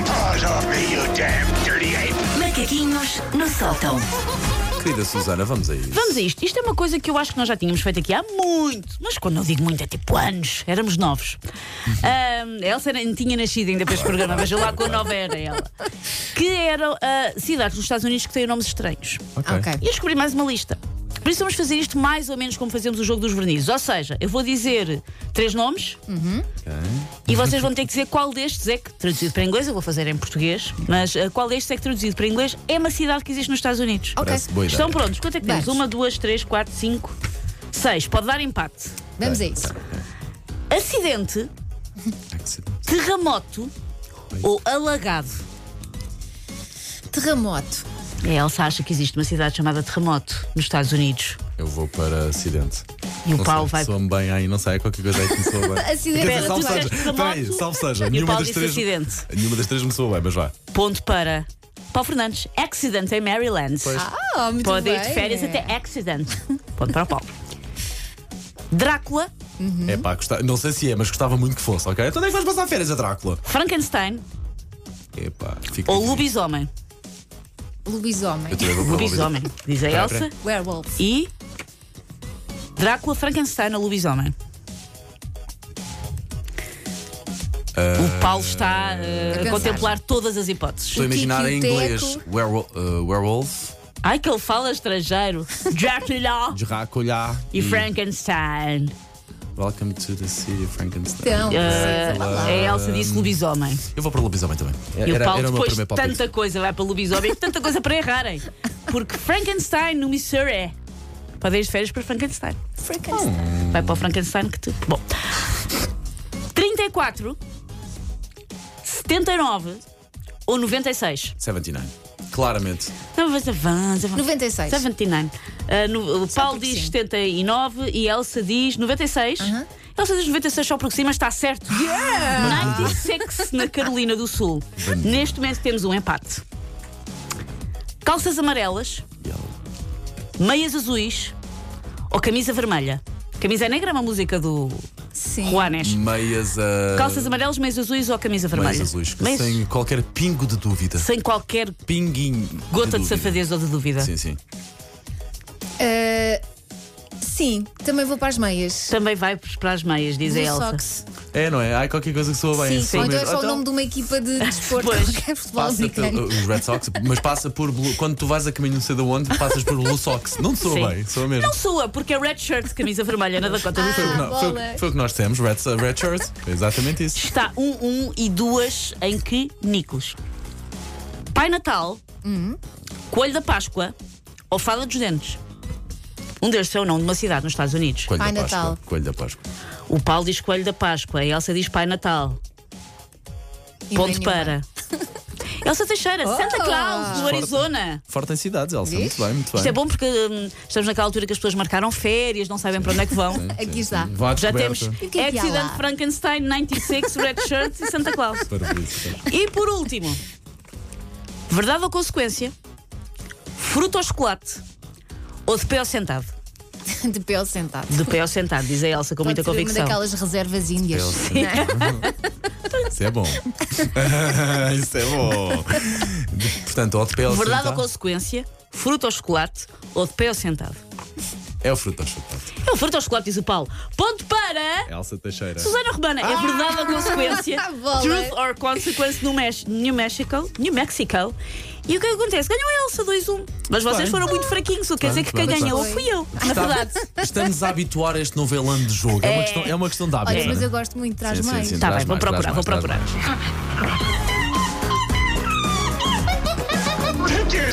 off me, you damn dirty ape! Macaquinhos no sótão. Querida Susana, vamos a isso. Vamos a isto. Isto é uma coisa que eu acho que nós já tínhamos feito aqui há muito, mas quando eu digo muito é tipo anos, éramos novos. Ahm, a Elsa nem tinha nascido ainda para este programa, mas eu lá com a nova era ela. Que eram ah, cidades nos Estados Unidos que têm nomes estranhos. Ok. E eu descobri mais uma lista. Por isso vamos fazer isto mais ou menos como fazemos o jogo dos vernizes. Ou seja, eu vou dizer três nomes e vocês vão ter que dizer qual destes é que, traduzido para inglês, eu vou fazer em português, mas ah, qual destes é que, traduzido para inglês, é uma cidade que existe nos Estados Unidos. Ok. Parece boa ideia. Estão prontos? Quanto é que temos? Vamos. Uma, duas, três, quatro, cinco, seis. Pode dar empate. Vamos né? a isso. Acidente, terremoto ou alagado. Terremoto. A É, Elsa acha que existe uma cidade chamada Terremoto nos Estados Unidos. Eu vou para acidente. E o Não Paulo sei, vai- Assim. Soa-me bem aí, não sei, qualquer coisa aí que me soa bem. Acidente. Quer dizer, Pera, salve tu seja, disseste espera aí, terremoto salve seja. e o Nenhuma Paulo das, três, disse acidente. nenhuma das três me soa bem, mas vá. Ponto para Paulo Fernandes. Accident em Maryland. Ah, muito Pode bem. ir de férias até Accident. Ponto para o Paulo. Drácula, Uhum. É pá, custa- não sei se é, mas gostava muito que fosse, ok? Então onde é que vais passar férias a Drácula? Frankenstein É pá, fica. ou Lobisomem. Lobisomem. Eu também vou para Lobisomem, diz a Espera, Elsa. espera. Werewolf. E Drácula, Frankenstein ou Lobisomem? O Paulo Ah, está tá uh, a pensar. contemplar todas as hipóteses. Estou a imaginar em Tiquiteco. inglês werewol- uh, werewolf, Ai, que ele fala estrangeiro. Dracula Drácula e Frankenstein. Welcome to the city of Frankenstein. Então, Uh, a Elsa disse lobisomem. Eu vou para o lobisomem também. E o Era, Paulo era o meu depois primeiro de palpite. tanta coisa vai para lobisomem, tanta coisa para errarem. Porque Frankenstein no Missouri. Podem ir de férias para Frankenstein. Hum. Frankenstein. Vai para o Frankenstein que te. Bom. 34, 79 ou 96? 79. Claramente. Não, mas avança, avança. 96. 79. Ah, no- o Paulo porque diz sim. 79 e Elsa diz 96. Aham. Elsa diz 96 só porque sim, mas está certo. Ah. 96 na Carolina do Sul. Neste momento temos um empate. Calças amarelas, meias azuis ou camisa vermelha? Camisa negra é uma música do Sim. Juanes. Meias a. Calças amarelas, meias azuis ou camisa vermelha? Meias azuis. que Meias- Sem qualquer pingo de dúvida. sem qualquer Pinguinho. gota de, dúvida. safadez ou de dúvida. Sim, sim. Uh, sim, também vou para as meias. Também vai para as meias, diz a Blue Elsa. Sox. É, não é? Há qualquer coisa que soa Sim, bem. sim. soa Ou então é mesmo. só o nome de uma equipa de desporto, Pois. qualquer futebol Passa pelo- americano. os Red Sox, mas passa por Blue, quando tu vais a caminho não sei de onde, passas por Blue Sox. Não te soa Sim. bem, soa mesmo. Não sua, porque é red shirt, camisa vermelha na Dakota do Ah. Sul. Não, foi, o que- bolas. foi o que nós temos, Red, Red Shirts. Foi exatamente isso. Está 1, um, 1 um, e 2 em que Nicolas? Pai Natal, Hum. Coelho da Páscoa ou Fada dos Dentes? Um destes é o nome de uma cidade nos Estados Unidos. Coelho Pai da Páscoa. Natal. Coelho da Páscoa. O Paulo diz Coelho da Páscoa, a Elsa diz Pai Natal. E Ponto nenhuma. Oh! para. Elsa Teixeira, Santa Claus, do Forte. Arizona. Forte em cidades, Elsa. Vês? Muito bem, muito bem. Ah. Isto é bom porque hum, estamos naquela altura que as pessoas marcaram férias, não sabem para onde é que vão. Aqui está. Vá à Já descoberta. temos E o que é que há Accident, lá? Frankenstein, 96, Red Shirt e Santa Claus. Para isso. E por último, verdade ou consequência? Fruta ou chocolate? Ou de pé ao sentado? De pé ao sentado. De pé ao sentado, diz a Elsa com muita Pode ser convicção. Uma daquelas reservas índias. Isso é bom. Isso é bom. Portanto, o assim tá? de pé ao Verdade ou então. sentado consequência? Fruta ou chocolate? Ou de pé ao sentado? É o fruto ao chocolate. É o fruta ou chocolate, diz o Paulo. Ponto para. Elsa Teixeira. Susana Romana, Ah. é verdade ou consequência? Bola. Truth or consequence no Mex New Mexico. New Mexico. E o que acontece? Ganhou a Elsa 2-1. Mas vocês Bem. foram muito fraquinhos, o que quer Bem, dizer que bem, quem bem. ganhou Foi. Tá. fui eu, na é verdade. Estamos a habituar a este novelando de jogo. É, uma, questão, é uma questão de hábito. Olha, mas não é? eu gosto muito, traz Sim, sim, mais. sim, Tá traz bem, vou mais, procurar, traz vou mais, traz procurar. mais. Take your